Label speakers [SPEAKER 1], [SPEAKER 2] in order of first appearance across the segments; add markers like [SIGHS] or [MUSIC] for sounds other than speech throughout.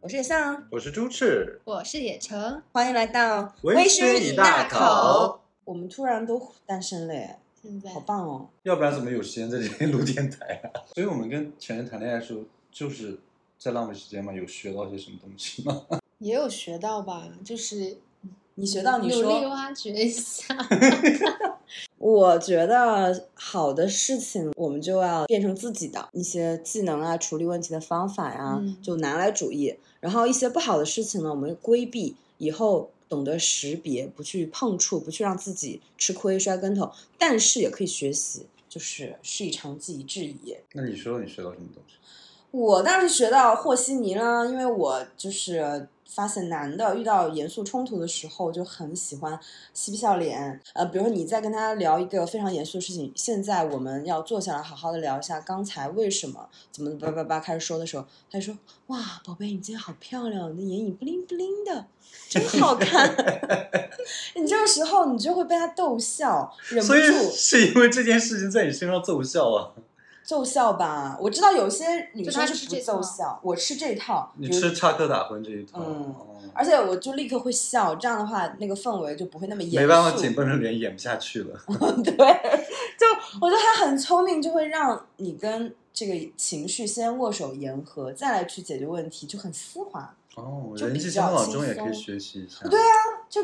[SPEAKER 1] 我是尚，
[SPEAKER 2] 我是朱赤，
[SPEAKER 3] 我是野橙，
[SPEAKER 1] 欢迎来到
[SPEAKER 2] 微醺
[SPEAKER 1] 醺
[SPEAKER 2] 一大
[SPEAKER 1] 大
[SPEAKER 2] 口。
[SPEAKER 1] 我们突然都单身了耶，
[SPEAKER 3] 现在
[SPEAKER 1] 好棒哦！
[SPEAKER 2] 要不然怎么有时间在这里录电台啊？所以我们跟前任谈恋爱的时候，就是在浪费时间嘛，有学到些什么东西吗？
[SPEAKER 3] 也有学到吧，就是
[SPEAKER 1] 你学到你
[SPEAKER 3] 嗯努力
[SPEAKER 1] 说，
[SPEAKER 3] 挖掘一下。
[SPEAKER 1] 我觉得好的事情我们就要变成自己的一些技能啊，处理问题的方法呀、
[SPEAKER 3] 嗯
[SPEAKER 1] 就拿来主义。然后一些不好的事情呢，我们规避，以后懂得识别，不去碰触，不去让自己吃亏摔跟头。但是也可以学习，就是是一场记忆质疑。
[SPEAKER 2] [LAUGHS] 那你说你学到什么东西？
[SPEAKER 1] 我当时学到和稀泥啦，因为我就是发现男的遇到严肃冲突的时候就很喜欢嬉皮笑脸。呃，比如说你在跟他聊一个非常严肃的事情，现在我们要坐下来好好的聊一下刚才为什么怎么叭叭叭开始说的时候，他就说：“哇，宝贝，你今天好漂亮，你的眼影布灵布灵的，真好看。” [LAUGHS] 你这个时候你就会被他逗笑，忍不
[SPEAKER 2] 所以
[SPEAKER 1] 住
[SPEAKER 2] 是因为这件事情在你身上奏效啊？
[SPEAKER 1] 奏效吧。我知道有些女
[SPEAKER 3] 就
[SPEAKER 1] 生
[SPEAKER 3] 他
[SPEAKER 1] 是
[SPEAKER 3] 吃
[SPEAKER 1] 不
[SPEAKER 3] 这
[SPEAKER 1] 奏
[SPEAKER 3] 套
[SPEAKER 1] 效，我吃这套，
[SPEAKER 2] 你
[SPEAKER 1] 比如
[SPEAKER 2] 吃插科打诨这一套，
[SPEAKER 1] 嗯
[SPEAKER 2] 哦
[SPEAKER 1] 而且我就立刻会笑，这样的话那个氛围就不会那么严肃。
[SPEAKER 2] 没办法，
[SPEAKER 1] [LAUGHS]
[SPEAKER 2] 紧绷着脸演不下去了。
[SPEAKER 1] 对，就我觉得他很聪明，就会让你跟这个情绪先握手言和，再来去解决问题，就很丝滑。
[SPEAKER 2] 哦，
[SPEAKER 1] 就比较
[SPEAKER 2] 人际交往中也可以学习一下。
[SPEAKER 1] 对啊，就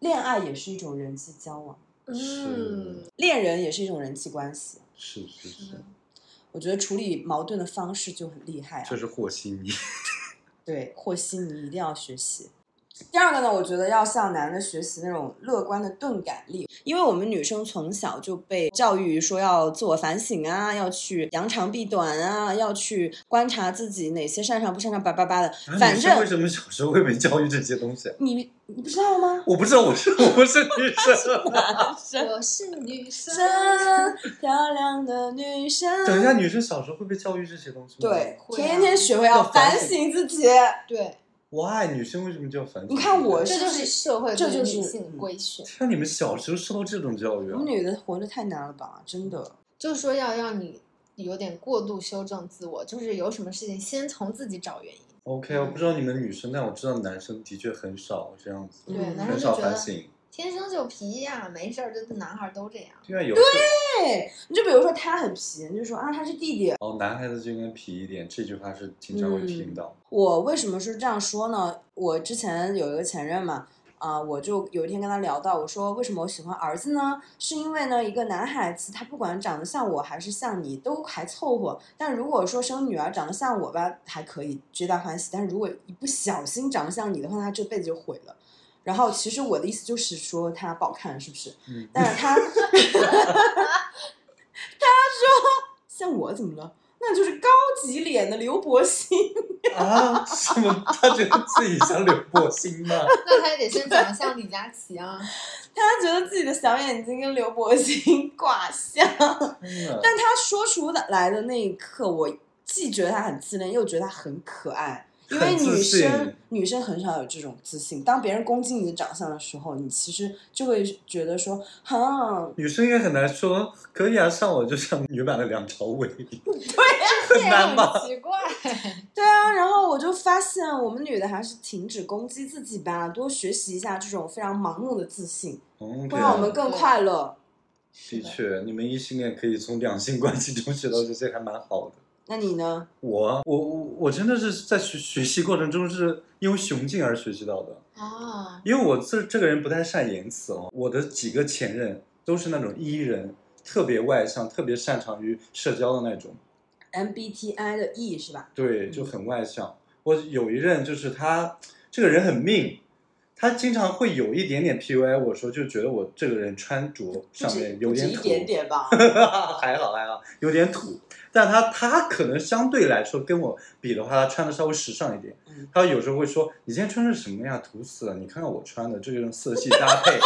[SPEAKER 1] 恋爱也是一种人际交往，
[SPEAKER 2] 是
[SPEAKER 3] 嗯，
[SPEAKER 1] 恋人 [LAUGHS] 也是一种人际关系。
[SPEAKER 2] 是是是，
[SPEAKER 1] 我觉得处理矛盾的方式就很厉害啊。
[SPEAKER 2] 就是和稀泥。
[SPEAKER 1] 对，和稀泥一定要学习。第二个呢，我觉得要向男的学习那种乐观的钝感力，因为我们女生从小就被教育说要自我反省啊，要去扬长避短啊，要去观察自己哪些擅长不擅长，叭叭叭的
[SPEAKER 2] 啊。
[SPEAKER 1] 反
[SPEAKER 2] 女生为
[SPEAKER 1] 正
[SPEAKER 2] 什么小时候会被教育这些东西啊？
[SPEAKER 1] 你你不知道
[SPEAKER 2] [LAUGHS]
[SPEAKER 1] 吗？
[SPEAKER 2] 我不知道，我是我不是女生。
[SPEAKER 3] 我是女生，
[SPEAKER 1] 真漂亮的女生，
[SPEAKER 2] 等一下，女生小时候会被教育这些东西吗？
[SPEAKER 1] 对，
[SPEAKER 3] 会啊
[SPEAKER 1] 天天学会
[SPEAKER 2] 要
[SPEAKER 1] 要
[SPEAKER 2] 反
[SPEAKER 1] 反省
[SPEAKER 2] 省
[SPEAKER 1] 自己。
[SPEAKER 3] 对，
[SPEAKER 2] ，why 女生为什么就要反省？
[SPEAKER 1] 你看我
[SPEAKER 3] 这就是是社会
[SPEAKER 1] 这
[SPEAKER 3] 对
[SPEAKER 1] 就
[SPEAKER 3] 女
[SPEAKER 1] 是嗯
[SPEAKER 3] 性的规训，
[SPEAKER 2] 像你们小时候受到这种教育
[SPEAKER 1] 我
[SPEAKER 2] 啊
[SPEAKER 1] 们？女的活得太难了吧，真的。
[SPEAKER 3] 就是说要让你有点过度修正自我，就是有什么事情先从自己找原因。
[SPEAKER 2] OK，我不知道你们女生，但我知道男生的确很少这样子，
[SPEAKER 3] 对
[SPEAKER 1] 嗯，
[SPEAKER 3] 男
[SPEAKER 2] 很
[SPEAKER 3] 生
[SPEAKER 2] 少
[SPEAKER 3] 就觉
[SPEAKER 2] 反
[SPEAKER 3] 得
[SPEAKER 2] 省。
[SPEAKER 3] 天生就皮呀、没事儿，这男孩儿都这样。 [LAUGHS]
[SPEAKER 2] 对啊，有时候
[SPEAKER 1] 对，你就比如说他很皮，你就说啊他是弟弟，
[SPEAKER 2] 哦，男孩子就应该皮一点，这句话是经常会听到。
[SPEAKER 1] 我为什么是这样说呢？我之前有一个前任嘛，啊、我就有一天跟他聊到，我说为什么我喜欢儿子呢？是因为呢，一个男孩子他不管长得像我还是像你，都还凑合。但如果说生女儿长得像我吧，还可以，皆大欢喜。但是如果一不小心长得像你的话，他这辈子就毁了。然后其实我的意思就是说他不好看，是不是？
[SPEAKER 2] 嗯，
[SPEAKER 1] 但是他他说像我怎么了？那就是高级脸的刘柏辛。
[SPEAKER 2] 啊，什么？他觉得自己像刘柏辛吗？
[SPEAKER 3] 那他也得先长得像李佳琦
[SPEAKER 1] [LAUGHS]
[SPEAKER 3] 啊。
[SPEAKER 1] 他觉得自己的小眼睛跟刘柏辛挂相，
[SPEAKER 2] 真的
[SPEAKER 1] [LAUGHS] 但他说出的来的那一刻，我既觉得他很自恋，又觉得他很可爱。因为
[SPEAKER 2] 很自
[SPEAKER 1] 女生
[SPEAKER 2] 信
[SPEAKER 1] 女生很少有这种自信，当别人攻击你的长相的时候，你其实就会觉得说，哈、
[SPEAKER 2] 女生也很难说，可以啊，像我就像女版的梁朝伟，对、很难吧？
[SPEAKER 3] 啊奇怪，
[SPEAKER 1] 对啊，然后我就发现我们女的还是停止攻击自己吧，多学习一下这种非常盲目的自信，
[SPEAKER 2] 嗯，
[SPEAKER 1] 会让我们更快乐。
[SPEAKER 2] 的确，你们异性恋可以从两性关系中学到这些，还蛮好的。啊
[SPEAKER 1] 那你呢？
[SPEAKER 2] 我我我我真的是在学学习过程中是因为雄竞而学习到的，
[SPEAKER 3] 啊，
[SPEAKER 2] 因为我这这个人不太善言辞哦，我的几个前任都是那种 E 人，特别外向，特别擅长于社交的那种。
[SPEAKER 1] MBTI 的 E 是吧？
[SPEAKER 2] 对，就很外向。我有一任就是他这个人很命，他经常会有一点点 PUA 我说，就觉得我这个人穿着上面有
[SPEAKER 1] 不止
[SPEAKER 2] 点
[SPEAKER 1] 一
[SPEAKER 2] 土，
[SPEAKER 1] 点点吧。
[SPEAKER 2] [LAUGHS] 还好还好，有点土。但他他可能相对来说跟我比的话，他穿的稍微时尚一点
[SPEAKER 1] 嗯。
[SPEAKER 2] 他有时候会说：“你今天穿的什么呀？土死了！你看看我穿的，这种色系搭配。”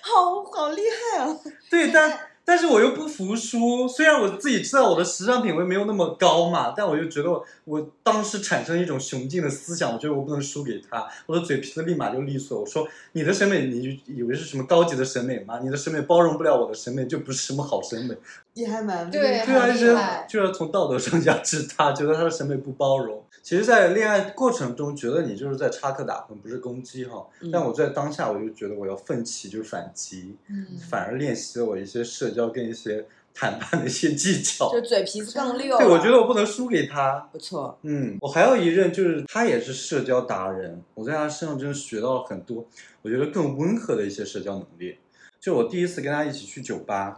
[SPEAKER 1] 好好厉害啊！
[SPEAKER 2] 对，但但是我又不服输。虽然我自己知道我的时尚品味没有那么高嘛，但我就觉得我我当时产生一种雄竞的思想，我觉得我不能输给他，我的嘴皮子立马就利索。我说你的审美，你以为是什么高级的审美吗？你的审美包容不了我的审美，就不是什么好审美。
[SPEAKER 1] 也还蛮
[SPEAKER 3] 对
[SPEAKER 2] 对啊，
[SPEAKER 3] 很
[SPEAKER 2] 就
[SPEAKER 3] 厉
[SPEAKER 2] 是
[SPEAKER 3] 害
[SPEAKER 2] 就是从道德上 [LAUGHS] 压制他，觉得他的审美不包容。其实，在恋爱过程中，觉得你就是在插科打诨，不是攻击哈。
[SPEAKER 1] 嗯
[SPEAKER 2] 但我在当下，我就觉得我要奋起，就是反击，
[SPEAKER 1] [LAUGHS]
[SPEAKER 3] 嗯，
[SPEAKER 2] 反而练习了我一些社交跟一些谈判的一些技巧
[SPEAKER 1] 就。嘴皮子更溜了。啊
[SPEAKER 2] 对，我觉得我不能输给他。
[SPEAKER 1] 不错，
[SPEAKER 2] 嗯，我还有一任就是他也是社交达人，我在他身上真的学到了很多，我觉得更温和的一些社交能力。就我第一次跟他一起去酒吧，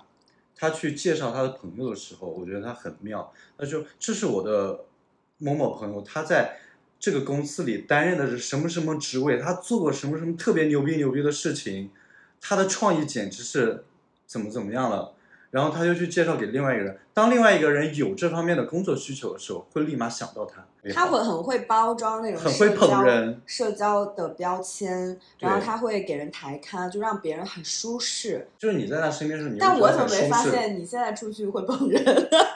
[SPEAKER 2] 他去介绍他的朋友的时候，我觉得他很妙。他说这是我的某某朋友，他在这个公司里担任的是什么什么职位，他做过什么什么特别牛逼牛逼的事情，他的创意简直是怎么怎么样了。然后他就去介绍给另外一个人，当另外一个人有这方面的工作需求的时候，会立马想到他。哎
[SPEAKER 1] 他会很会包装那种
[SPEAKER 2] 很
[SPEAKER 1] 社
[SPEAKER 2] 会
[SPEAKER 1] 交
[SPEAKER 2] 捧人
[SPEAKER 1] 社交的标签，然后
[SPEAKER 2] 对
[SPEAKER 1] 他会给人抬咖，就让别人很舒适。
[SPEAKER 2] 就是你在他身边的时候，你会
[SPEAKER 1] 但
[SPEAKER 2] 觉
[SPEAKER 1] 我
[SPEAKER 2] 得
[SPEAKER 1] 怎么
[SPEAKER 2] 很
[SPEAKER 1] 没
[SPEAKER 2] 舒
[SPEAKER 1] 发
[SPEAKER 2] 适
[SPEAKER 1] 现你现在出去会捧人？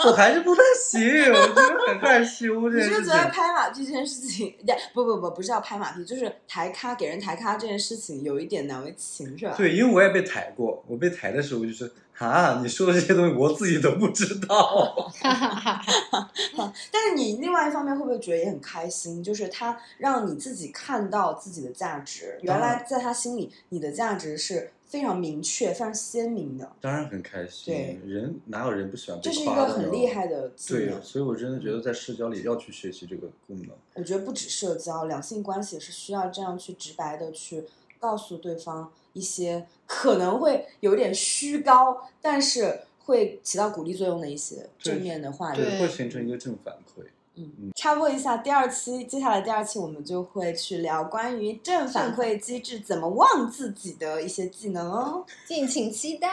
[SPEAKER 2] 我还是不太行，我觉得很害羞这
[SPEAKER 1] [LAUGHS] 你
[SPEAKER 2] 件
[SPEAKER 1] 是不是
[SPEAKER 2] 事情。
[SPEAKER 1] 觉得拍马屁这件事情， [LAUGHS] 对，不不不，不是要拍马屁，就是抬咖给人抬咖这件事情有一点难为情，是吧？
[SPEAKER 2] 对，因为我也被抬过，我被抬的时候我就说啊，你说的这些东西我自己都不知
[SPEAKER 1] [LAUGHS]
[SPEAKER 2] 道。
[SPEAKER 1] 但是你另外一方面会不会觉得也很开心？就是他让你自己看到自己的价值，原
[SPEAKER 2] 当然
[SPEAKER 1] 来在他心里你的价值是非常明确、非常鲜明的，
[SPEAKER 2] 当然很开心，人哪有人不喜欢被
[SPEAKER 1] 这是一
[SPEAKER 2] 夸
[SPEAKER 1] 个
[SPEAKER 2] 的
[SPEAKER 1] 很
[SPEAKER 2] 哟
[SPEAKER 1] 厉害的技
[SPEAKER 2] 对啊
[SPEAKER 1] 能。，
[SPEAKER 2] 所以我真的觉得在社交里要去学习这个功能。
[SPEAKER 1] 我觉得不止社交，两性关系也是需要这样去直白的去告诉对方一些可能会有点虚高，但是会起到鼓励作用的一些
[SPEAKER 2] 对
[SPEAKER 1] 正面的话语。
[SPEAKER 3] 对
[SPEAKER 2] 会形成一个正反馈。
[SPEAKER 1] 插播一下，第二期，接下来第二期我们就会去聊关于正反馈机制怎么旺自己的一些技能哦。
[SPEAKER 3] 敬请期
[SPEAKER 1] [LAUGHS]
[SPEAKER 3] 待。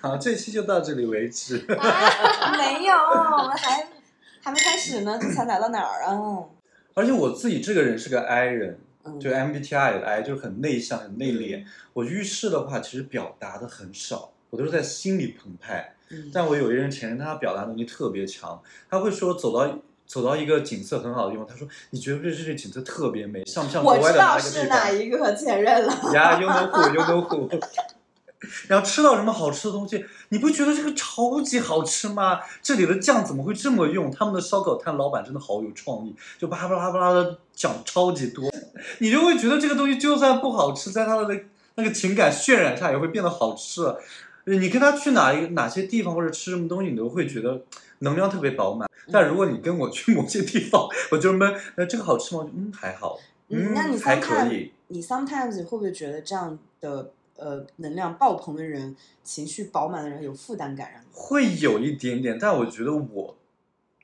[SPEAKER 2] 好，这期就到这里为止。 [LAUGHS]
[SPEAKER 1] 没有，我们还还没开始呢，就想聊到哪儿啊？
[SPEAKER 2] 而且我自己这个人是个 I 人，
[SPEAKER 1] 嗯，
[SPEAKER 2] 就 MBTI 的 I，就是很内向、很内敛。我遇事的话，其实表达的很少，我都是在心里澎湃。
[SPEAKER 1] 嗯，
[SPEAKER 2] 但我有一个人前任，他表达能力特别强，他会说走到走到一个景色很好的地方，他说你觉不觉得这个景色特别美，像不像国
[SPEAKER 1] 我
[SPEAKER 2] 外
[SPEAKER 1] 知
[SPEAKER 2] 的哪
[SPEAKER 1] 道
[SPEAKER 2] 个地
[SPEAKER 1] 是
[SPEAKER 2] 方？
[SPEAKER 1] 哪一个前任了。
[SPEAKER 2] 呀，优能户，优能户。然后吃到什么好吃的东西，你不觉得这个超级好吃吗？这里的酱怎么会这么用？他们的烧烤摊老板真的好有创意，就巴拉巴拉巴拉的讲超级多，你就会觉得这个东西就算不好吃，在他的那个情感渲染下也会变得好吃了。你跟他去哪一个哪些地方或者吃什么东西，你都会觉得能量特别饱满。但如果你跟我去某些地方，我就闷，呃，这个好吃吗？嗯，还好。
[SPEAKER 1] 嗯，那你
[SPEAKER 2] 还可
[SPEAKER 1] sometimes
[SPEAKER 2] 以。
[SPEAKER 1] 你 sometimes 会不会觉得这样的呃能量爆棚的人，情绪饱满的人有负担感染吗？
[SPEAKER 2] 会有一点点，但我觉得我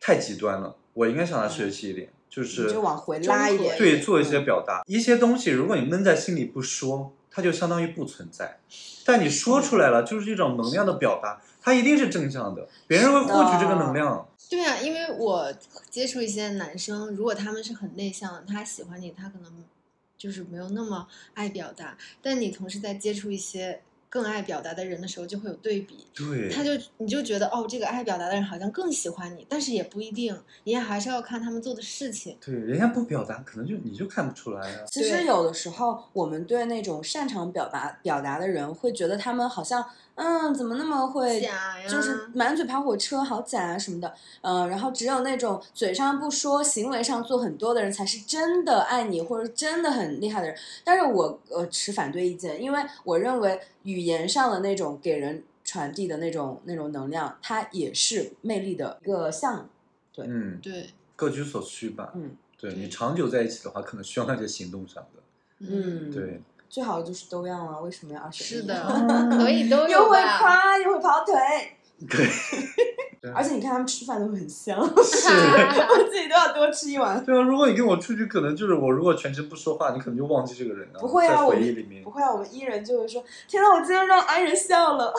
[SPEAKER 2] 太极端了，我应该向他学习一点，就是
[SPEAKER 1] 你就往回拉一点，
[SPEAKER 2] 对做一些表达。一些东西，如果你闷在心里不说，它就相当于不存在；但你说出来了，就是一种能量的表达，它一定是正向的，别人会获取这个能量。
[SPEAKER 3] 对啊，因为我接触一些男生，如果他们是很内向的，他喜欢你，他可能就是没有那么爱表达，但你同时在接触一些更爱表达的人的时候，就会有对比。
[SPEAKER 2] 对，
[SPEAKER 3] 他就你就觉得哦，这个爱表达的人好像更喜欢你，但是也不一定，你也还是要看他们做的事情。
[SPEAKER 2] 对，人家不表达，可能就你就看不出来啊。
[SPEAKER 1] 其实
[SPEAKER 3] 对
[SPEAKER 1] 有的时候，我们对那种擅长表达表达的人，会觉得他们好像，嗯，怎么那么会，
[SPEAKER 3] 假呀，
[SPEAKER 1] 就是满嘴跑火车，好假啊什么的。嗯、然后只有那种嘴上不说，行为上做很多的人，才是真的爱你或者真的很厉害的人。但是我呃持反对意见，因为我认为语言上的那种给人传递的那种那种能量，它也是魅力的一个项。对
[SPEAKER 2] 嗯，
[SPEAKER 3] 对，
[SPEAKER 2] 各取所需吧。
[SPEAKER 1] 嗯，
[SPEAKER 2] 对你长久在一起的话，可能需要那些行动上的。
[SPEAKER 1] 嗯，，
[SPEAKER 2] 对，
[SPEAKER 1] 最好就是都要啊，为什么要二选一？
[SPEAKER 3] 是的，可以都
[SPEAKER 1] 嗯又
[SPEAKER 3] 有
[SPEAKER 1] 会
[SPEAKER 3] 吧。 [LAUGHS]
[SPEAKER 1] 夸又会跑腿，
[SPEAKER 2] 对，
[SPEAKER 1] 而且你看他们吃饭都很香， [LAUGHS]
[SPEAKER 2] 是。
[SPEAKER 1] 我自己都要多吃一碗。
[SPEAKER 2] 对啊，如果你跟我出去，可能就是我如果全程不说话，你可能就忘记这个人了。
[SPEAKER 1] 不会啊，
[SPEAKER 2] 在
[SPEAKER 1] 我
[SPEAKER 2] 回忆里
[SPEAKER 1] 们
[SPEAKER 2] 面
[SPEAKER 1] 不。会啊，我们伊人就会说：“天呐，我今天让安人笑了。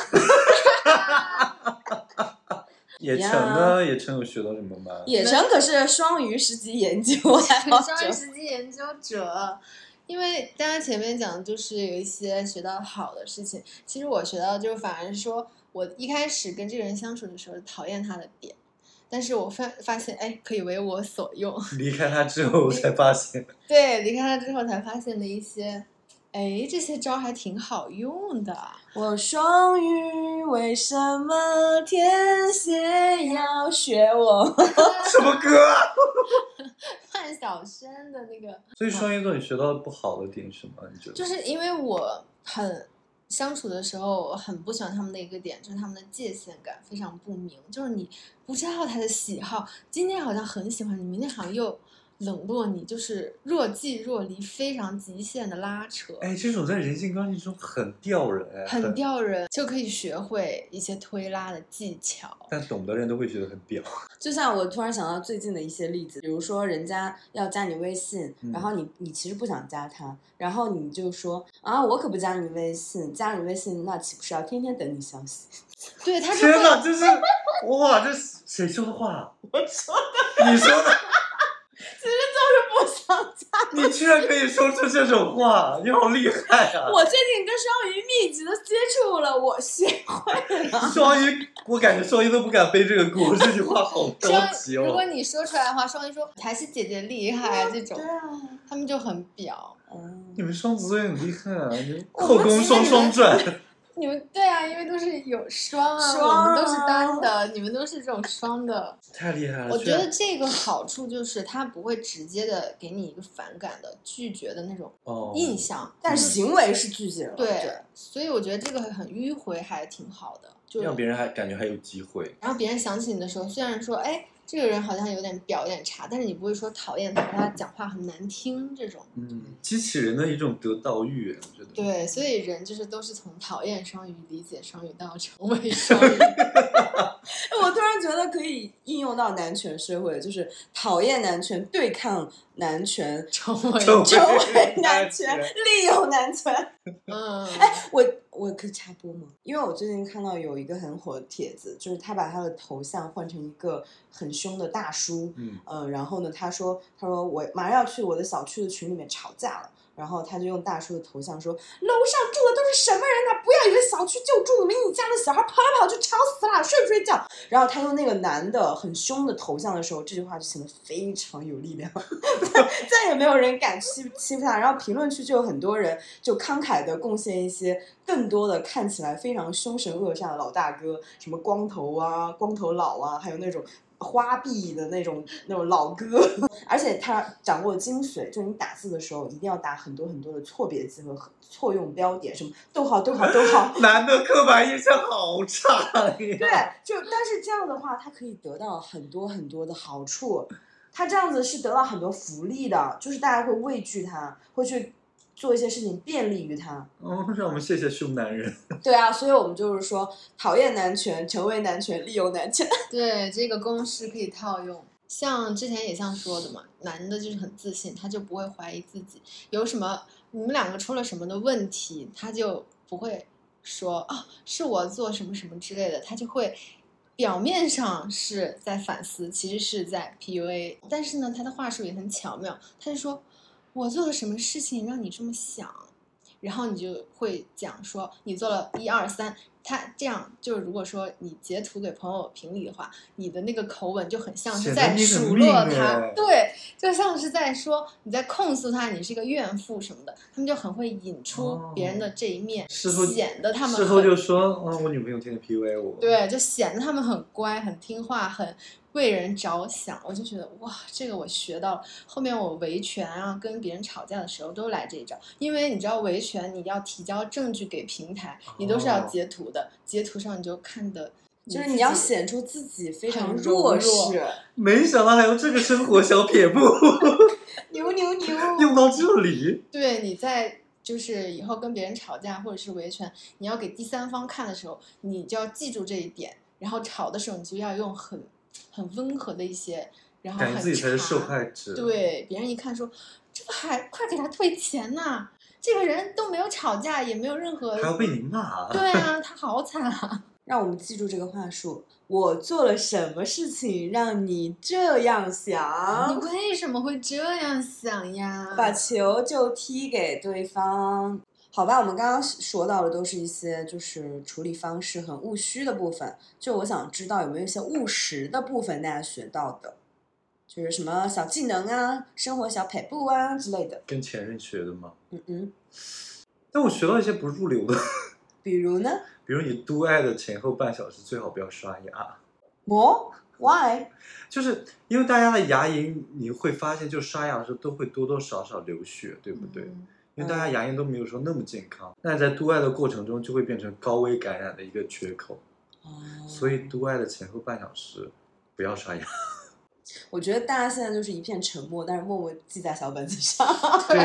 [SPEAKER 2] 野城呢？野啊城有学到什么吗”？
[SPEAKER 1] 野神可是双鱼十级研究，啊
[SPEAKER 3] [LAUGHS]
[SPEAKER 1] 还好
[SPEAKER 3] 双
[SPEAKER 1] 久
[SPEAKER 3] 人实际研究者，因为大家前面讲就是有一些学到好的事情，其实我学到就是反而是说我一开始跟这个人相处的时候讨厌他的点，但是我发发现哎可以为我所用， [LAUGHS]
[SPEAKER 2] 离开他之后，我才发现， [LAUGHS]
[SPEAKER 3] 对，离开他之后才发现的一些哎，这些招还挺好用的。 [LAUGHS]
[SPEAKER 1] 我双鱼，为什么天蝎要学我？ [LAUGHS]
[SPEAKER 2] 什么歌啊？
[SPEAKER 3] 范晓萱的那个，
[SPEAKER 2] 所以双鱼座你学到不好的点是什么？你觉得？
[SPEAKER 3] 就是因为我很相处的时候，我很不喜欢他们的一个点，就是他们的界限感非常不明，就是你不知道他的喜好，今天好像很喜欢你，明天好像又冷落你，就是若即若离，非常极限的拉扯。
[SPEAKER 2] 哎，这种在人性关系中很吊人哎，
[SPEAKER 3] 很，吊人，就可以学会一些推拉的技巧。
[SPEAKER 2] 但懂的人都会觉得很吊。
[SPEAKER 1] 就像我突然想到最近的一些例子，比如说人家要加你微信，
[SPEAKER 2] 嗯
[SPEAKER 1] 然后你你其实不想加他，然后你就说啊，我可不加你微信，加你微信那岂不是要天天等你消息？
[SPEAKER 3] 对，他就
[SPEAKER 2] 天
[SPEAKER 3] 会
[SPEAKER 2] 哪，这是哇，这是谁说的话？我说的。你说的，
[SPEAKER 1] [LAUGHS] 不想加。
[SPEAKER 2] 你居然可以说出这种话，你好厉害啊！
[SPEAKER 1] 我最近跟双鱼密集的接触了，我学会了。
[SPEAKER 2] [LAUGHS] 双鱼，我感觉双鱼都不敢背这个锅，这句话好高级
[SPEAKER 3] 双，如果
[SPEAKER 2] 哦。
[SPEAKER 3] 你说出来的话，双鱼说还是姐姐厉害啊这种，
[SPEAKER 1] 啊，
[SPEAKER 3] 他们就很表。
[SPEAKER 1] 嗯
[SPEAKER 2] 你，们双子座也很厉害啊，你们
[SPEAKER 1] 我
[SPEAKER 2] 后
[SPEAKER 1] 们
[SPEAKER 2] 宫
[SPEAKER 1] 其实
[SPEAKER 2] 双
[SPEAKER 1] 你
[SPEAKER 2] 双
[SPEAKER 1] 们
[SPEAKER 2] 转。
[SPEAKER 3] 你们对啊，因为都是有双啊，
[SPEAKER 1] 双
[SPEAKER 3] 我们都是
[SPEAKER 1] 啊
[SPEAKER 3] 单的，你们都是这种双的。
[SPEAKER 2] 太厉害了！
[SPEAKER 3] 我
[SPEAKER 2] 居
[SPEAKER 3] 觉
[SPEAKER 2] 然
[SPEAKER 3] 得这个好处就是它不会直接的给你一个反感的拒绝的那种
[SPEAKER 2] 哦，
[SPEAKER 3] 印象，
[SPEAKER 1] 但是行为是拒绝了。
[SPEAKER 3] 对，所以我觉得这个很迂回，还挺好的，就
[SPEAKER 2] 让别人还感觉还有机会。
[SPEAKER 3] 然后别人想起你的时候，虽然说哎这个人好像有点表有点差，但是你不会说讨厌他，他讲话很难听这种。
[SPEAKER 2] 嗯，激起人的一种得到欲，我觉得。
[SPEAKER 3] 对，所以人就是都是从讨厌双鱼理解双鱼到成为双
[SPEAKER 2] [LAUGHS]
[SPEAKER 3] 鱼。
[SPEAKER 1] 哎我突然觉得可以应用到男权社会，就是讨厌男权、对抗男权、 [LAUGHS]
[SPEAKER 3] 成为
[SPEAKER 2] 成
[SPEAKER 1] 成为男
[SPEAKER 2] 男
[SPEAKER 1] 权、 [LAUGHS]
[SPEAKER 2] 权
[SPEAKER 1] 利用男权。
[SPEAKER 2] [LAUGHS]
[SPEAKER 3] 嗯，
[SPEAKER 1] 我我可以插播吗？因为我最近看到有一个很火的帖子，就是他把他的头像换成一个很凶的大叔，
[SPEAKER 2] 嗯，
[SPEAKER 1] 嗯、然后呢，他说他说我马上要去我的小区的群里面吵架了。然后他就用大叔的头像说：“楼上住的都是什么人呐？不要以为小区就住你们你家的小孩，跑来跑去吵死了，睡不睡觉？”然后他用那个男的很凶的头像的时候，这句话就显得非常有力量，再也没有人敢欺欺负他。然后评论区就有很多人就慷慨的贡献一些更多的看起来非常凶神恶煞的老大哥，什么光头啊、光头佬啊，还有那种。花臂的那种那种老哥， [LAUGHS] 而且他掌握精髓，就是你打字的时候一定要打很多很多的错别字和错用标点，什么逗号逗号逗号，
[SPEAKER 2] 男的刻板印象好差呀。 [LAUGHS]
[SPEAKER 1] 对，就但是这样的话，他可以得到很多很多的好处，他这样子是得到很多福利的，就是大家会畏惧他，会去做一些事情便利于他。
[SPEAKER 2] 哦，让我们谢谢凶男人。
[SPEAKER 1] 对啊，所以我们就是说，讨厌男权，成为男权，利用男权。
[SPEAKER 3] 对，这个公式可以套用。像之前也像说的嘛，男的就是很自信，他就不会怀疑自己有什么，你们两个出了什么的问题，他就不会说啊是我做什么什么之类的，他就会表面上是在反思，其实是在 PUA。但是呢，他的话术也很巧妙，他就说我做了什么事情让你这么想，然后你就会讲说你做了一二三，他这样就是如果说你截图给朋友评理的话，你的那个口吻就很像是
[SPEAKER 2] 显
[SPEAKER 3] 在
[SPEAKER 2] 得你很
[SPEAKER 3] 数
[SPEAKER 2] 命
[SPEAKER 3] 落
[SPEAKER 2] 哎
[SPEAKER 3] 他，对，就像是在说你在控诉他你是个怨妇什么的，他们就很会引出
[SPEAKER 2] 哦
[SPEAKER 3] 别人的这一面，
[SPEAKER 2] 事后
[SPEAKER 3] 显得他们
[SPEAKER 2] 事后
[SPEAKER 3] 很
[SPEAKER 2] 就说，哦，我女朋友天天 PUA 我。，
[SPEAKER 3] 对，就显得他们很乖、很听话、很为人着想。我就觉得哇，这个我学到了。后面我维权啊，跟别人吵架的时候都来这一招，因为你知道维权你要提交证据给平台，你都是要
[SPEAKER 2] 哦
[SPEAKER 3] 截图的，截图上你就看的，
[SPEAKER 1] 就是你要
[SPEAKER 3] 写。
[SPEAKER 1] 显出嗯自己非常
[SPEAKER 3] 很
[SPEAKER 1] 弱
[SPEAKER 3] 柔弱
[SPEAKER 1] 势，
[SPEAKER 2] 没想到还有这个生活小撇步 [LAUGHS]
[SPEAKER 1] 牛牛牛！
[SPEAKER 2] 用到这里。
[SPEAKER 3] 对，你在就是以后跟别人吵架或者是维权，你要给第三方看的时候，你就要记住这一点，然后吵的时候你就要用很很温和的一些，然后
[SPEAKER 2] 感
[SPEAKER 3] 哦很
[SPEAKER 2] 觉自己才是受
[SPEAKER 3] 茶
[SPEAKER 2] 害者。，
[SPEAKER 3] 对，别人一看说，这不还快给他退钱呐、这个人都没有吵架，也没有任何
[SPEAKER 2] 还，要被你骂。
[SPEAKER 3] 对
[SPEAKER 2] [LAUGHS]
[SPEAKER 3] 啊，他好惨啊！
[SPEAKER 1] 让我们记住这个话术：我做了什么事情让你这样
[SPEAKER 3] 你
[SPEAKER 1] 想？
[SPEAKER 3] 为什么会这样想呀？
[SPEAKER 1] 把球就踢给对方。好吧，我们刚刚说到的都是一些就是处理方式很务虚的部分，就我想知道有没有一些务实的部分大家学到的，就是什么小技能啊、生活小撇步啊之类的。
[SPEAKER 2] 跟前任学的吗？
[SPEAKER 1] 嗯嗯，
[SPEAKER 2] [SIGHS] 但我学到一些不入流的， [LAUGHS]
[SPEAKER 1] 比如呢？
[SPEAKER 2] 比如你督爱的前后半小时最好不要刷牙，
[SPEAKER 1] 哦 Why？
[SPEAKER 2] 就是因为大家的牙龈，你会发现就刷牙的时候都会多多少少流血，对不对？
[SPEAKER 3] 嗯
[SPEAKER 2] 因为大家牙龈都没有说那么健康，但在督爱的过程中就会变成高危感染的一个缺口，
[SPEAKER 1] 嗯
[SPEAKER 2] 所以督爱的前后半小时不要刷牙。
[SPEAKER 1] 我觉得大家现在就是一片沉默，但是默默记在小本子上。
[SPEAKER 3] [LAUGHS]
[SPEAKER 2] 对，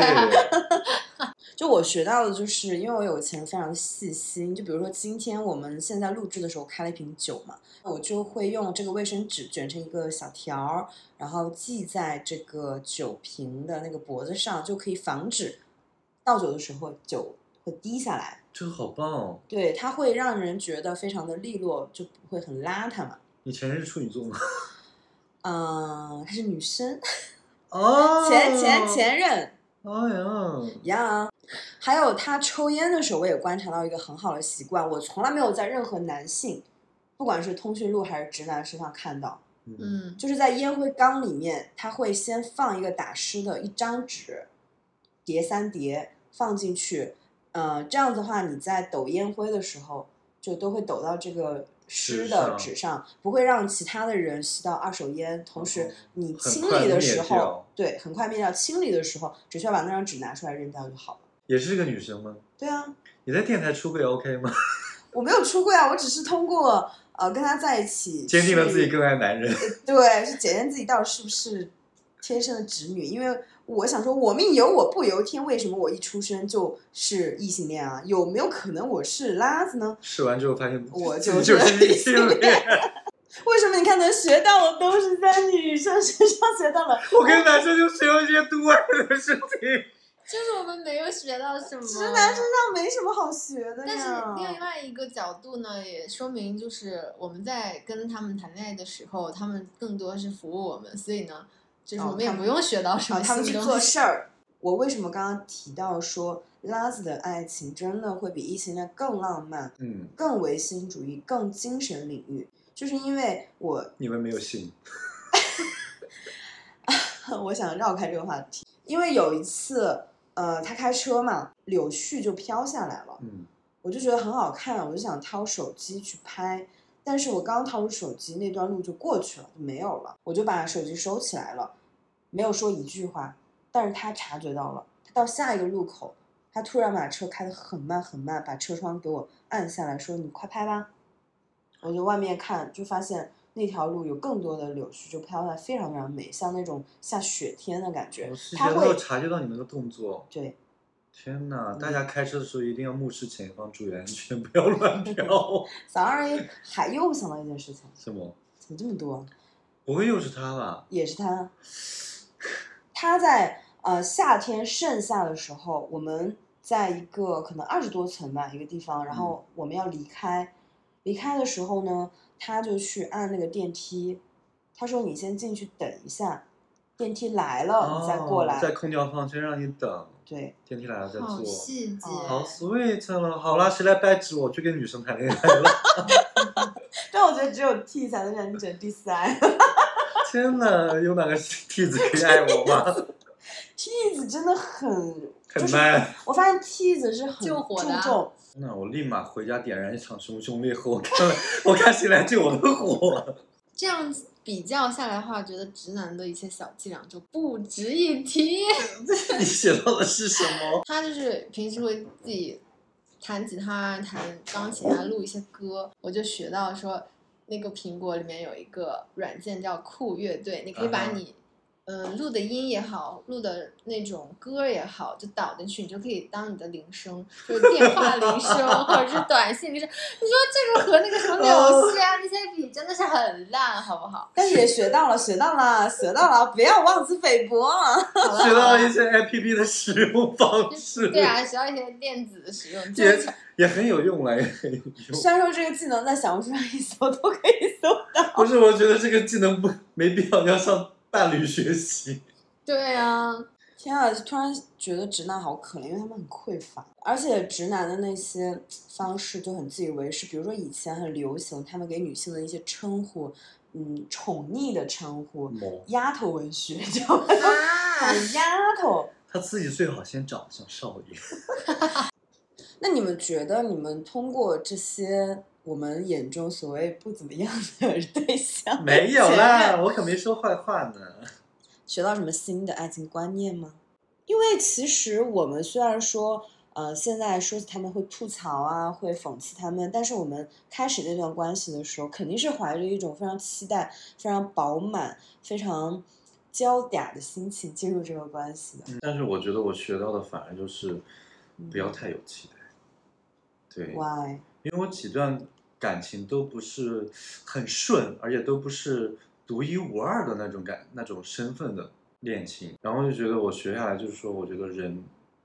[SPEAKER 1] 就我学到的就是，因为我有钱非常细心，就比如说今天我们现在录制的时候开了一瓶酒嘛，我就会用这个卫生纸卷成一个小条儿，然后系在这个酒瓶的那个脖子上，就可以防止倒酒的时候酒会滴下来。
[SPEAKER 2] 这个好棒哦！
[SPEAKER 1] 对，它会让人觉得非常的利落，就不会很邋遢嘛。
[SPEAKER 2] 你前任是处女座吗？
[SPEAKER 1] 嗯，她是女生，
[SPEAKER 2] 哦，
[SPEAKER 1] 前前，前任，
[SPEAKER 2] 哎呀，
[SPEAKER 1] 呀、啊还有他抽烟的时候，我也观察到一个很好的习惯，我从来没有在任何男性，不管是通讯录还是直男身上看到，
[SPEAKER 2] 嗯，
[SPEAKER 3] 嗯，
[SPEAKER 1] 就是在烟灰缸里面，他会先放一个打湿的一张纸，叠三叠放进去，呃，这样子的话，你在抖烟灰的时候，就都会抖到这个湿
[SPEAKER 2] 纸
[SPEAKER 1] 的
[SPEAKER 2] 上
[SPEAKER 1] 纸上，不会让其他的人吸到二手烟。同时
[SPEAKER 2] 哦，
[SPEAKER 1] 你
[SPEAKER 2] 很
[SPEAKER 1] 清
[SPEAKER 2] 快
[SPEAKER 1] 理的
[SPEAKER 2] 灭
[SPEAKER 1] 时候
[SPEAKER 2] 掉，
[SPEAKER 1] 对，很快灭掉。清理的时候，只需要把那张纸拿出来扔掉就好了。
[SPEAKER 2] 也是个女生吗？
[SPEAKER 1] 对啊，
[SPEAKER 2] 你在电台出柜 OK 吗？
[SPEAKER 1] 我没有出柜啊，我只是通过呃跟他在一起
[SPEAKER 2] 坚定了自己
[SPEAKER 1] 去呃
[SPEAKER 2] 更爱男人。
[SPEAKER 1] 对，是检验自己到底是不是天生的直女。因为我想说，我命由我不由天，为什么我一出生就是异性恋啊？有没有可能我是拉子
[SPEAKER 2] [LAUGHS]
[SPEAKER 1] 呢？
[SPEAKER 2] 试完之后发现
[SPEAKER 1] 我
[SPEAKER 2] 自
[SPEAKER 1] 就
[SPEAKER 2] 己就是
[SPEAKER 1] [LAUGHS]
[SPEAKER 2] 异性恋，
[SPEAKER 1] 为什么你看能学到的都是在女生身上学到了？ [LAUGHS]
[SPEAKER 2] 我跟男生就学了一些多爱的事情。
[SPEAKER 3] 就是我们没有学到什么。
[SPEAKER 1] 直男身上没什么好学的
[SPEAKER 3] 但是
[SPEAKER 1] 哎呀。
[SPEAKER 3] 另外一个角度呢，也说明就是我们在跟他们谈恋爱的时候，他们更多是服务我们，所以呢，就是
[SPEAKER 1] 哦
[SPEAKER 3] 我们也
[SPEAKER 1] 他们
[SPEAKER 3] 不用学到什
[SPEAKER 1] 好，
[SPEAKER 3] 么
[SPEAKER 1] 他们去
[SPEAKER 3] 新
[SPEAKER 1] 做
[SPEAKER 3] 东西。
[SPEAKER 1] 事儿。我为什么刚刚提到说拉子的爱情真的会比异性恋更浪漫、
[SPEAKER 2] 嗯，
[SPEAKER 1] 更唯心主义、更精神领域？就是因为我 [LAUGHS]
[SPEAKER 2] 你们没有信，
[SPEAKER 1] 我想绕开这个话题，因为有一次，呃，他开车嘛，柳絮就飘下来了，
[SPEAKER 2] 嗯，
[SPEAKER 1] 我就觉得很好看，我就想掏手机去拍，但是我刚掏出手机，那段路就过去了，就没有了，我就把手机收起来了，没有说一句话，但是他察觉到了，他到下一个路口，他突然把车开得很慢很慢，把车窗给我按下来说：“你快拍吧。”我就外面看，就发现那条路有更多的柳絮，就飘的非常非常美，像那种下雪天的感觉
[SPEAKER 2] 我是。
[SPEAKER 1] 他
[SPEAKER 2] 觉得我
[SPEAKER 1] 会
[SPEAKER 2] 察觉到你们的动作。
[SPEAKER 1] 对，
[SPEAKER 2] 天哪！
[SPEAKER 1] 嗯
[SPEAKER 2] 大家开车的时候一定要目视前方，注意安全，不要乱
[SPEAKER 1] 嗯
[SPEAKER 2] 飘。 [LAUGHS]
[SPEAKER 1] sorry，还又想到一件事情，
[SPEAKER 2] 什么？
[SPEAKER 1] 怎么这么多？啊
[SPEAKER 2] 不会又是他吧？
[SPEAKER 1] 也是他，他在呃夏天盛夏的时候，我们在一个可能二十多层吧一个地方，然
[SPEAKER 2] 嗯
[SPEAKER 1] 后我们要离开，离开的时候呢，他就去按那个电梯，他说你先进去等一下，电梯来了你再过来，
[SPEAKER 2] 哦在空调房先让你等，
[SPEAKER 1] 对，
[SPEAKER 2] 电梯来了再
[SPEAKER 3] 好
[SPEAKER 2] 坐。
[SPEAKER 3] 细节，
[SPEAKER 1] 哦
[SPEAKER 2] 好 sweet 了，好啦，谁来掰指我去跟女生谈恋爱了？ [LAUGHS]
[SPEAKER 1] 但我觉得只有 T 才能让你整第三 [LAUGHS]
[SPEAKER 2] 天哪，有哪个 [LAUGHS] T 子可以爱我吗？
[SPEAKER 1] ，T 子真的很，就
[SPEAKER 2] 很
[SPEAKER 1] 是
[SPEAKER 2] man。
[SPEAKER 1] 我发现 T 子是很
[SPEAKER 3] 救火
[SPEAKER 1] 注
[SPEAKER 3] 的啊
[SPEAKER 1] 重。
[SPEAKER 2] 那我立马回家点燃一场熊熊烈火，我看我看谁来救我的火。
[SPEAKER 3] 这样子比较下来的话，我觉得直男的一些小伎俩就不值一提。
[SPEAKER 2] 你写到的是什么？
[SPEAKER 3] 他就是平时会自己弹吉他、弹钢琴啊，录一些歌。我就学到说，那个苹果里面有一个软件叫酷乐队，你可以
[SPEAKER 2] 啊
[SPEAKER 3] 把
[SPEAKER 2] 哈
[SPEAKER 3] 你嗯、呃录的音也好，录的那种歌也好，就导进去，你就可以当你的铃声，就是电话铃声或者是短信铃声。你说这个和那个什么柳絮啊那些比，真的是很烂，好不好？
[SPEAKER 1] 但是也学到了，学到了，学到了，不要妄自菲薄啊！
[SPEAKER 3] 好了
[SPEAKER 2] 学
[SPEAKER 3] 好
[SPEAKER 2] 到了
[SPEAKER 3] 了
[SPEAKER 2] 一些 A P P 的使用方式，
[SPEAKER 3] 对啊，学到一些电子使用技
[SPEAKER 2] 也
[SPEAKER 3] 巧。
[SPEAKER 2] 也很有用啊啦，也很有
[SPEAKER 1] 虽然
[SPEAKER 2] 用。
[SPEAKER 1] 说这个技能在小红书上一搜都可以搜
[SPEAKER 3] 啊
[SPEAKER 1] 到，
[SPEAKER 2] 不是，我觉得这个技能不没必要，你要向伴侣学习。
[SPEAKER 3] 对啊，
[SPEAKER 1] 天啊！突然觉得直男好可怜，因为他们很匮乏，而且直男的那些方式就很自以为是，比如说以前很流行他们给女性的一些称呼，嗯，宠溺的称呼，
[SPEAKER 2] 某
[SPEAKER 1] 丫头文学，你知道吗？ [LAUGHS]
[SPEAKER 3] 啊
[SPEAKER 1] 喊丫头，
[SPEAKER 2] 他自己最好先找上少爷。
[SPEAKER 1] 那你们觉得，你们通过这些我们眼中所谓不怎么样的对象，
[SPEAKER 4] 没有
[SPEAKER 1] 前
[SPEAKER 4] 啦，
[SPEAKER 1] 任，
[SPEAKER 4] 我可没说坏话呢。
[SPEAKER 1] 学到什么新的爱情观念吗？因为其实我们虽然说，呃，现在说起他们会吐槽啊，会讽刺他们，但是我们开始那段关系的时候，肯定是怀着一种非常期待、非常饱满、非常娇嗲的心情进入这个关系的。
[SPEAKER 2] 但是我觉得我学到的反而就是不要太有期待，对，
[SPEAKER 1] Why？
[SPEAKER 2] 因为我几段感情都不是很顺，而且都不是独一无二的那种感那种身份的恋情，然后就觉得我学下来就是说，我觉得人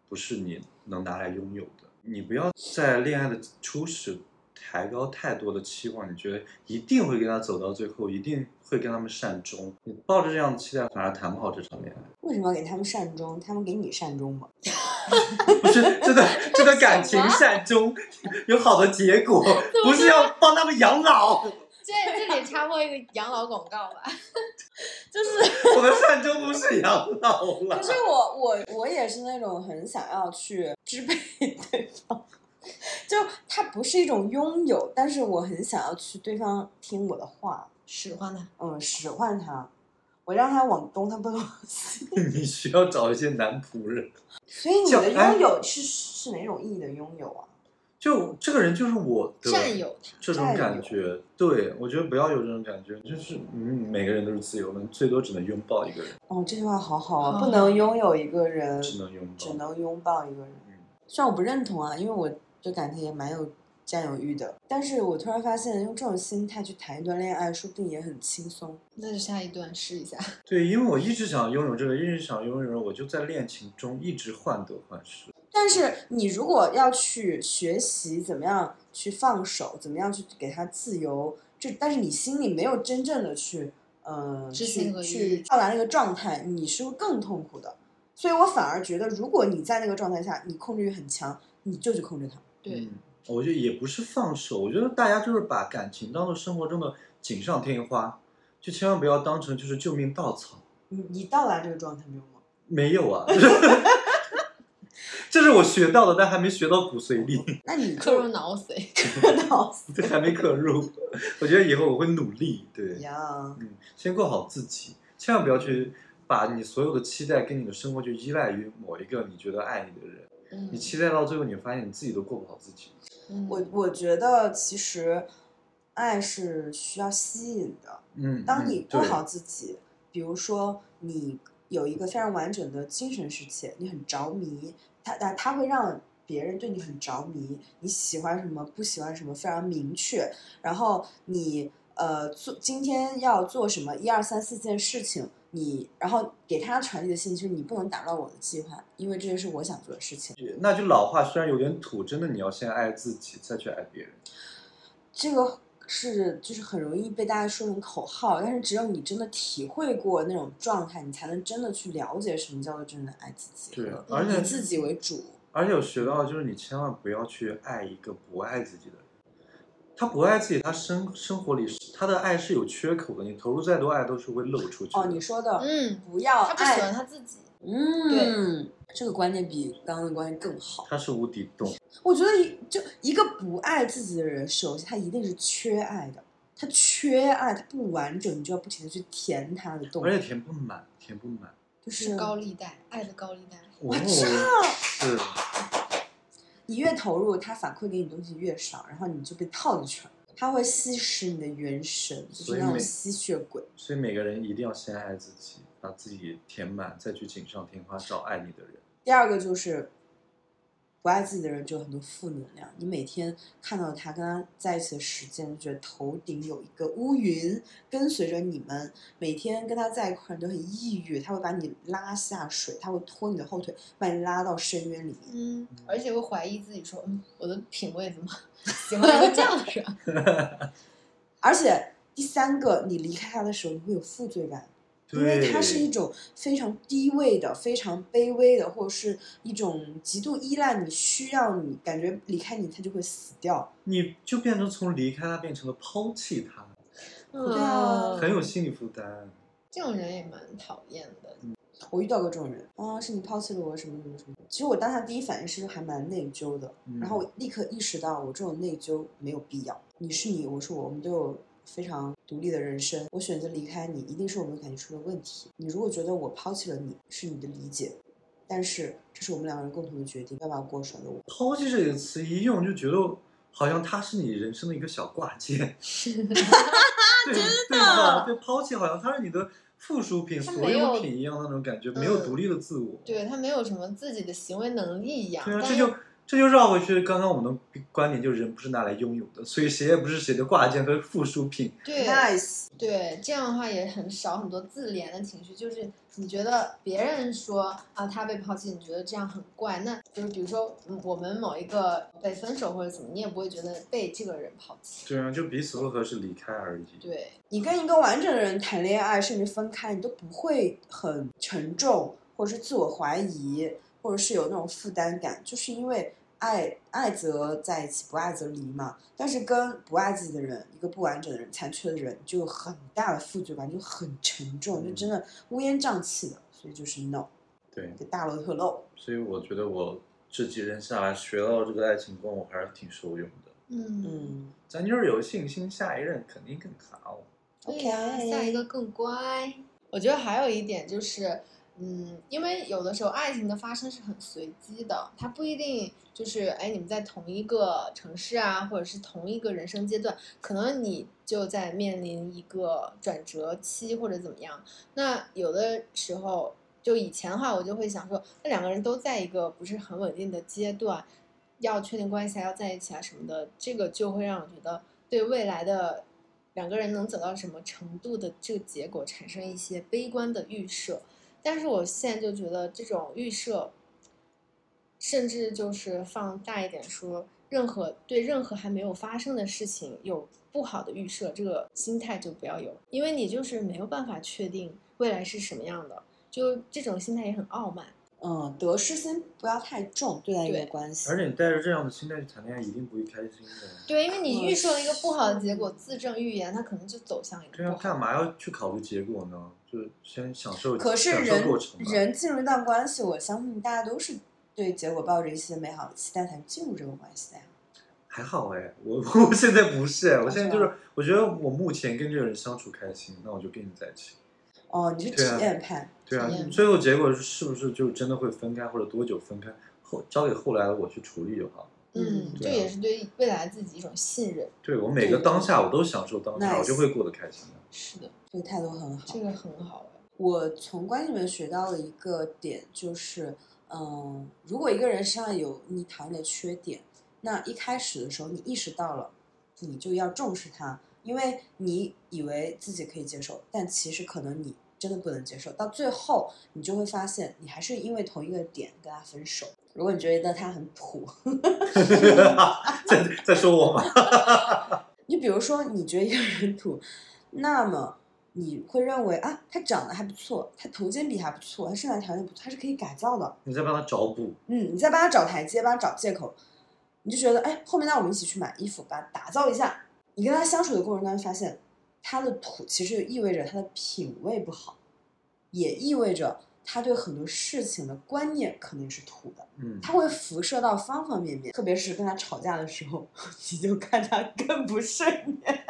[SPEAKER 2] 不是你能拿来拥有的，你不要在恋爱的初始抬高太多的期望，你觉得一定会跟他走到最后，一定会跟他们善终，你抱着这样的期待反而谈不好这场恋爱。
[SPEAKER 1] 为什么要给他们善终？他们给你善终吗？
[SPEAKER 4] 不是这段这段感情善
[SPEAKER 2] [LAUGHS]
[SPEAKER 4] 终，有好的结果，不是要帮他们养老。
[SPEAKER 3] [LAUGHS] 这这里插播一个养老广告吧。
[SPEAKER 1] 就是
[SPEAKER 2] [LAUGHS]
[SPEAKER 4] 我的善终不是养老了
[SPEAKER 1] 可。是我我我也是那种很想要去支配对方，就它不是一种拥有，但是我很想要去对方听我的话，
[SPEAKER 3] 使唤他，
[SPEAKER 1] 嗯，使唤他，我让他往东，他不往西。
[SPEAKER 2] [LAUGHS] 你需要找一些男仆人。
[SPEAKER 1] 所以你
[SPEAKER 4] 叫
[SPEAKER 1] 的
[SPEAKER 4] 哎
[SPEAKER 1] 拥有是是哪种意义的拥有啊？
[SPEAKER 2] 就这个人就是我的
[SPEAKER 3] 占有他。
[SPEAKER 2] 这种感觉，对我觉得不要有这种感觉，就是嗯，每个人都是自由的，最多只能拥抱一个人，
[SPEAKER 1] 哦，这句话好好啊，不
[SPEAKER 3] 嗯
[SPEAKER 1] 能拥有一个人，
[SPEAKER 2] 只能拥抱，
[SPEAKER 1] 呃只能拥抱一个人。
[SPEAKER 2] 嗯
[SPEAKER 1] 虽然我不认同啊，因为我对感情也蛮有占有欲的，但是我突然发现用这种心态去谈一段恋爱，说不定也很轻松。
[SPEAKER 3] 那就下一段试一下。
[SPEAKER 2] 对，因为我一直想拥有这个，一直想拥有，我就在恋情中一直患得患失。
[SPEAKER 1] 但是你如果要去学习怎么样去放手，怎么样去给他自由，这但是你心里没有真正的去，呃，
[SPEAKER 3] 知行
[SPEAKER 1] 去
[SPEAKER 3] 合一
[SPEAKER 1] 去到达那个状态，你是会更痛苦的。所以我反而觉得，如果你在那个状态下，你控制欲很强，你就去控制它。
[SPEAKER 3] 对，
[SPEAKER 2] 嗯，我觉得也不是放手，我觉得大家就是把感情当做生活中的锦上添花，就千万不要当成就是救命稻草。
[SPEAKER 1] 你你到达这个状态没有吗？
[SPEAKER 2] 没有啊， [LAUGHS] 这是我学到的，但还没学到骨髓里， [LAUGHS]
[SPEAKER 1] 那你
[SPEAKER 3] 刻入
[SPEAKER 1] 就
[SPEAKER 3] 脑髓。
[SPEAKER 1] 脑死
[SPEAKER 2] 这还没刻入。我觉得以后我会努力，对，
[SPEAKER 1] 一样。
[SPEAKER 2] 嗯，先过好自己，千万不要去把你所有的期待跟你的生活就依赖于某一个你觉得爱你的人，
[SPEAKER 3] 嗯
[SPEAKER 2] 你期待到最后，你发现你自己都过不好自己。
[SPEAKER 3] 嗯
[SPEAKER 1] 我我觉得其实爱是需要吸引的，
[SPEAKER 2] 嗯，
[SPEAKER 1] 当你
[SPEAKER 2] 嗯
[SPEAKER 1] 过好，自己，比如说你有一个非常完整的精神世界，你很着迷，它它它会让别人对你很着迷，你喜欢什么不喜欢什么非常明确，然后你呃做今天要做什么一二三四件事情。你然后给他传递的信息就是你不能打乱我的计划，因为这些是我想做的事情。
[SPEAKER 2] 对那句老话虽然有点土，真的你要先爱自己，再去爱别人。
[SPEAKER 1] 这个是就是很容易被大家说成口号，但是只有你真的体会过那种状态，你才能真的去了解什么叫做真的爱自己，
[SPEAKER 2] 对
[SPEAKER 1] 和
[SPEAKER 2] 而且
[SPEAKER 1] 以自己为主。
[SPEAKER 2] 而且我学到的就是，你千万不要去爱一个不爱自己的人。他不爱自己，他生生活里是他的爱是有缺口的，你投入再多爱都是会漏出去的。
[SPEAKER 1] 哦，你说的
[SPEAKER 3] 嗯，
[SPEAKER 1] 不要
[SPEAKER 3] 他不喜欢
[SPEAKER 1] 哦爱，
[SPEAKER 3] 他自己。
[SPEAKER 1] 嗯，这个观念比刚刚的观念更好。
[SPEAKER 2] 他是无底洞，
[SPEAKER 1] 我觉得一就一个不爱自己的人，首先他一定是缺爱的，他缺爱，他不完整，你就要不停的去填他的洞，
[SPEAKER 2] 而且填不满，填不满。
[SPEAKER 1] 就是
[SPEAKER 3] 是高利贷，爱的高利贷。
[SPEAKER 2] 我
[SPEAKER 1] 操
[SPEAKER 2] 是
[SPEAKER 1] 你越投入，他反馈给你的东西越少，然后你就被套进去了。他会吸食你的元神，就
[SPEAKER 2] 所
[SPEAKER 1] 是
[SPEAKER 2] 以
[SPEAKER 1] 那种
[SPEAKER 2] 每
[SPEAKER 1] 吸血鬼。
[SPEAKER 2] 所以每个人一定要先爱自己，把自己填满，再去锦上添花找爱你的人。
[SPEAKER 1] 第二个就是，不爱自己的人就有很多负能量。你每天看到他跟他在一起的时间，就觉得头顶有一个乌云跟随着你们，每天跟他在一块儿你都很抑郁，他会把你拉下水，他会拖你的后腿，把你拉到深渊里面。
[SPEAKER 3] 嗯，而且会怀疑自己说，嗯，我的品味怎么喜欢一个这样的人？
[SPEAKER 1] 而且第三个，你离开他的时候，你会有负罪感。因为它是一种非常低位的、非常卑微的，或者是一种极度依赖你、需要你，感觉离开你它就会死掉。
[SPEAKER 2] 你就变成从离开他变成了抛弃他，
[SPEAKER 1] 对啊
[SPEAKER 3] 嗯
[SPEAKER 2] 很有心理负担。
[SPEAKER 3] 这种人也蛮讨厌的。
[SPEAKER 1] 我遇到过这种人啊，是你抛弃了我什么什么什么。其实我当下第一反应是还蛮内疚的，
[SPEAKER 2] 嗯
[SPEAKER 1] 然后我立刻意识到我这种内疚没有必要。你是你，我是我，我们都有非常独立的人生。我选择离开你，一定是我们感情出了问题。你如果觉得我抛弃了你，是你的理解，但是这是我们两个人共同的决定，要把锅甩给我。
[SPEAKER 2] 抛弃这个词一用就觉得好像它是你人生的一个小挂
[SPEAKER 3] [LAUGHS]
[SPEAKER 2] 件， [LAUGHS] 对对吧？对，抛弃好像它是你的附属品、
[SPEAKER 3] 它
[SPEAKER 2] 所
[SPEAKER 3] 没
[SPEAKER 2] 有
[SPEAKER 3] 有
[SPEAKER 2] 品一样的那种感觉，没有
[SPEAKER 3] 嗯
[SPEAKER 2] 独立的自我。
[SPEAKER 3] 对他没有什么自己的行为能力一样。
[SPEAKER 2] 对啊，
[SPEAKER 3] 但是
[SPEAKER 2] 这就这就绕回去刚刚我们的观点，就是人不是拿来拥有的，所以谁也不是谁的挂件和附属品。
[SPEAKER 3] 对
[SPEAKER 1] Nice，
[SPEAKER 3] 对，这样的话也很少很多自怜的情绪。就是你觉得别人说啊他被抛弃，你觉得这样很怪，那就是比如说嗯我们某一个被分手或者怎么，你也不会觉得被这个人抛弃。
[SPEAKER 2] 对啊，就彼此不合适离开而已。
[SPEAKER 3] 对，
[SPEAKER 1] 你跟一个完整的人谈恋爱，甚至分开，你都不会很沉重，或者是自我怀疑，或者是有那种负担感，就是因为爱爱则在一起，不爱则离嘛。但是跟不爱自己的人，一个不完整的人、残缺的人，就有很大的负罪感，就很沉重，就真的乌烟瘴气的。所以就是 no，
[SPEAKER 2] 对
[SPEAKER 1] 一，个大漏特漏。
[SPEAKER 2] 所以我觉得我这几任下来学到这个爱情观，我还是挺受用的。
[SPEAKER 3] 嗯
[SPEAKER 1] 嗯，
[SPEAKER 2] 咱就是有信心，下一任肯定更好。
[SPEAKER 3] 对呀、下一个更乖。我觉得还有一点就是，嗯，因为有的时候爱情的发生是很随机的，它不一定就是哎你们在同一个城市啊，或者是同一个人生阶段，可能你就在面临一个转折期或者怎么样。那有的时候，就以前的话，我就会想说，那两个人都在一个不是很稳定的阶段，要确定关系啊，要在一起啊什么的，这个就会让我觉得对未来的两个人能走到什么程度的这个结果产生一些悲观的预设。但是我现在就觉得这种预设，甚至就是放大一点说，任何对任何还没有发生的事情有不好的预设，这个心态就不要有，因为你就是没有办法确定未来是什么样的，就这种心态也很傲慢。
[SPEAKER 1] 嗯，得失心不要太重，对待一
[SPEAKER 3] 对
[SPEAKER 1] 个关系。
[SPEAKER 2] 而且你带着这样的心态去谈恋爱，一定不会开心的。
[SPEAKER 3] 对，因为你
[SPEAKER 1] 嗯
[SPEAKER 3] 预设了一个不好的结果，自证预言，它可能就走向一
[SPEAKER 2] 这
[SPEAKER 3] 个
[SPEAKER 2] 样
[SPEAKER 3] 不好
[SPEAKER 2] 干
[SPEAKER 3] 的。
[SPEAKER 2] 嘛要去考虑结果呢？就是先享受，
[SPEAKER 1] 可是
[SPEAKER 2] 享受
[SPEAKER 1] 人
[SPEAKER 2] 过程吧。
[SPEAKER 1] 人进入一段关系，我相信大家都是对结果抱着一些美好的期待才进入这个关系的呀。
[SPEAKER 2] 还好哎，我 [LAUGHS] 我现在不是哎，我现在就是
[SPEAKER 1] 是
[SPEAKER 2] 我觉得我目前跟这个人相处开心，那我就跟你在一起。
[SPEAKER 1] 哦，你是体
[SPEAKER 2] 对啊
[SPEAKER 1] 验派，
[SPEAKER 2] 对啊
[SPEAKER 3] 体验，
[SPEAKER 2] 最后结果是是不是就真的会分开，或者多久分开，后交给后来的我去处理就好了。
[SPEAKER 3] 嗯，这
[SPEAKER 2] 对啊
[SPEAKER 3] 也是对未来自己一种信任。
[SPEAKER 2] 对我每个
[SPEAKER 1] 对
[SPEAKER 2] 当下我都享受当下，
[SPEAKER 1] Nice
[SPEAKER 2] 我就会过得开心的。
[SPEAKER 3] 是的，
[SPEAKER 1] 这个态度很好。
[SPEAKER 3] 这个很好哎。
[SPEAKER 1] 我从关系里面学到了一个点，就是，嗯、如果一个人身上有你讨厌的缺点，那一开始的时候你意识到了，你就要重视它，因为你以为自己可以接受，但其实可能你真的不能接受，到最后你就会发现，你还是因为同一个点跟他分手。如果你觉得他很土，
[SPEAKER 2] [LAUGHS] 在在说我吗？
[SPEAKER 1] 你比如说，你觉得一个人土，那么你会认为啊，他长得还不错，他头肩比还不错，他身材条件不错，他是可以改造的。
[SPEAKER 2] 你在帮他找补，
[SPEAKER 1] 嗯，你再帮他找台阶，帮他找借口，你就觉得哎，后面那我们一起去买衣服，把他打造一下。你跟他相处的过程当中，发现他的土其实意味着他的品味不好，也意味着他对很多事情的观念可能也是土的。
[SPEAKER 2] 嗯，
[SPEAKER 1] 它会辐射到方方面面，特别是跟他吵架的时候， [LAUGHS] 你就看他更不顺眼，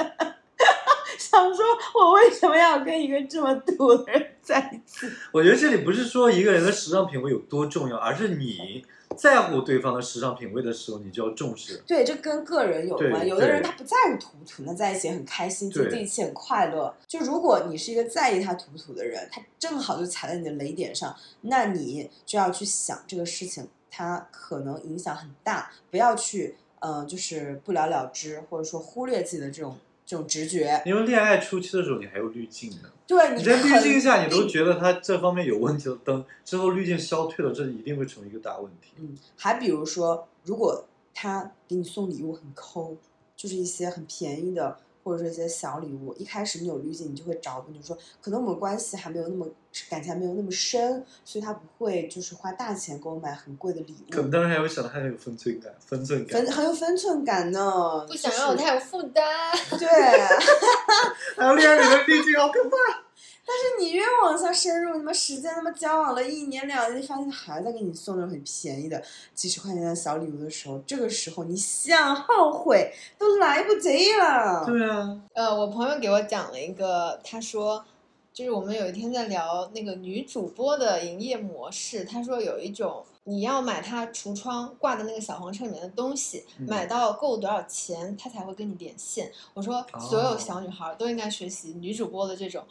[SPEAKER 1] [LAUGHS] 想说我为什么要跟一个这么土的人在一起？
[SPEAKER 2] 我觉得这里不是说一个人的时尚品味有多重要，而是你在乎对方的时尚品味的时候，你就要重视。
[SPEAKER 1] 对，这跟个人有
[SPEAKER 2] 对
[SPEAKER 1] 关。有的人
[SPEAKER 2] 对
[SPEAKER 1] 他不在乎土不土，那在一起也很开心，
[SPEAKER 2] 对
[SPEAKER 1] 接地气，很快乐。就如果你是一个在意他土不土的人，他正好就踩在你的雷点上，那你就要去想这个事情，它可能影响很大，不要去呃，就是不了了之，或者说忽略自己的这种这种直觉。
[SPEAKER 2] 因为恋爱初期的时候，你还有滤镜呢。
[SPEAKER 1] 对，
[SPEAKER 2] 你在滤
[SPEAKER 1] 肯
[SPEAKER 2] 镜下，你都
[SPEAKER 1] 定
[SPEAKER 2] 觉得他这方面有问题了，等之后滤镜消退了，这一定会成为一个大问题。
[SPEAKER 1] 嗯，还比如说，如果他给你送礼物很抠，就是一些很便宜的，或者说一些小礼物，一开始你有滤镜，你就会找补，你就说可能我们关系还没有那么感情还没有那么深，所以他不会就是花大钱给我买很贵的礼
[SPEAKER 2] 可能
[SPEAKER 1] 物，
[SPEAKER 2] 当时还会想到他很有分寸感，分寸感
[SPEAKER 1] 分，很有分寸感呢。
[SPEAKER 3] 不
[SPEAKER 1] 就
[SPEAKER 3] 想让我
[SPEAKER 1] 是
[SPEAKER 3] 太有负担。
[SPEAKER 1] 对，
[SPEAKER 2] 哎还有恋爱里的滤镜，好可怕。
[SPEAKER 1] 但是你越往下深入，你们时间他妈交往了一年两年，你发现他还在给你送那种很便宜的几十块钱的小礼物的时候，这个时候你想后悔都来不及了。
[SPEAKER 5] 对啊，
[SPEAKER 3] 呃，我朋友给我讲了一个，他说，就是我们有一天在聊那个女主播的营业模式，他说有一种你要买她橱窗挂的那个小黄车里面的东西，
[SPEAKER 2] 嗯
[SPEAKER 3] 买到够多少钱，她才会跟你连线。我说，所有小女孩都应该学习女主播的这种。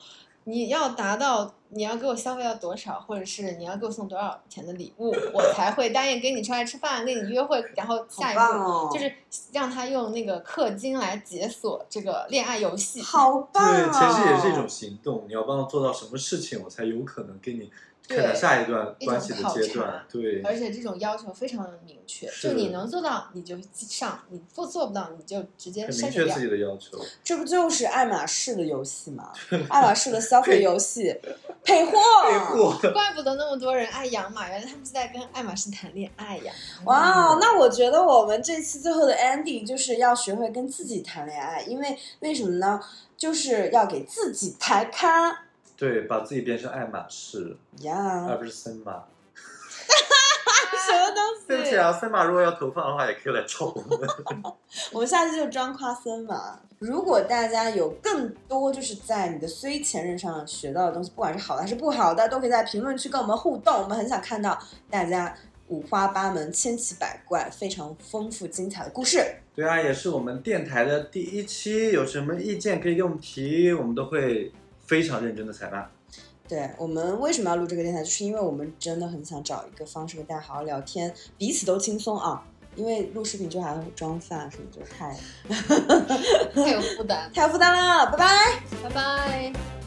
[SPEAKER 3] 你要达到，你要给我消费到多少，或者是你要给我送多少钱的礼物，我才会答应跟你出来吃饭，跟你约会，然后下一步
[SPEAKER 1] 好棒哦
[SPEAKER 3] 就是让他用那个氪金来解锁这个恋爱游戏。
[SPEAKER 1] 好棒、
[SPEAKER 2] 对，
[SPEAKER 1] 哦！
[SPEAKER 2] 其实也是一种行动，你要帮我做到什么事情，我才有可能给你开展
[SPEAKER 3] 对
[SPEAKER 2] 下一段
[SPEAKER 3] 一种
[SPEAKER 2] 关系的
[SPEAKER 3] 考
[SPEAKER 2] 阶
[SPEAKER 3] 察
[SPEAKER 2] 段。对，
[SPEAKER 3] 而且这种要求非常的明确，
[SPEAKER 2] 是
[SPEAKER 3] 就你能做到你就上，你不做不到你就直接
[SPEAKER 2] 很明
[SPEAKER 3] 删除
[SPEAKER 2] 确
[SPEAKER 3] 掉啊
[SPEAKER 2] 自。己的要求。
[SPEAKER 1] 这不就是爱马仕的游戏
[SPEAKER 2] [LAUGHS]
[SPEAKER 1] 吗？爱马仕的消费游戏，配货，
[SPEAKER 2] 配货，嗯
[SPEAKER 3] 怪不得那么多人爱养马，原来他们是在跟爱马仕谈恋爱呀！
[SPEAKER 1] 哇哦，那我觉得我们这期最后的 ending 就是要学会跟自己谈恋爱，因为为什么呢？就是要给自己抬咖
[SPEAKER 2] 对，把自己变成爱马仕，
[SPEAKER 1] 呀
[SPEAKER 2] 而不是森马。
[SPEAKER 1] 什么东西？
[SPEAKER 2] 对不起啊，森马如果要投放的话，也可以来找我们。
[SPEAKER 1] 我们下期就装夸森嘛。如果大家有更多就是在你的虽前任上学到的东西，不管是好的还是不好的，都可以在评论区跟我们互动，我们很想看到大家五花八门、千奇百怪、非常丰富精彩的故事。
[SPEAKER 2] 对啊，也是我们电台的第一期，有什么意见可以给我们提，我们都会非常认真的采纳。
[SPEAKER 1] 对我们为什么要录这个电台，就是因为我们真的很想找一个方式跟大家好好聊天，彼此都轻松啊。因为录视频就还要装饭什么，就太 [LAUGHS]
[SPEAKER 3] 太有负担。
[SPEAKER 1] 太有负担了，拜拜。
[SPEAKER 3] 拜拜。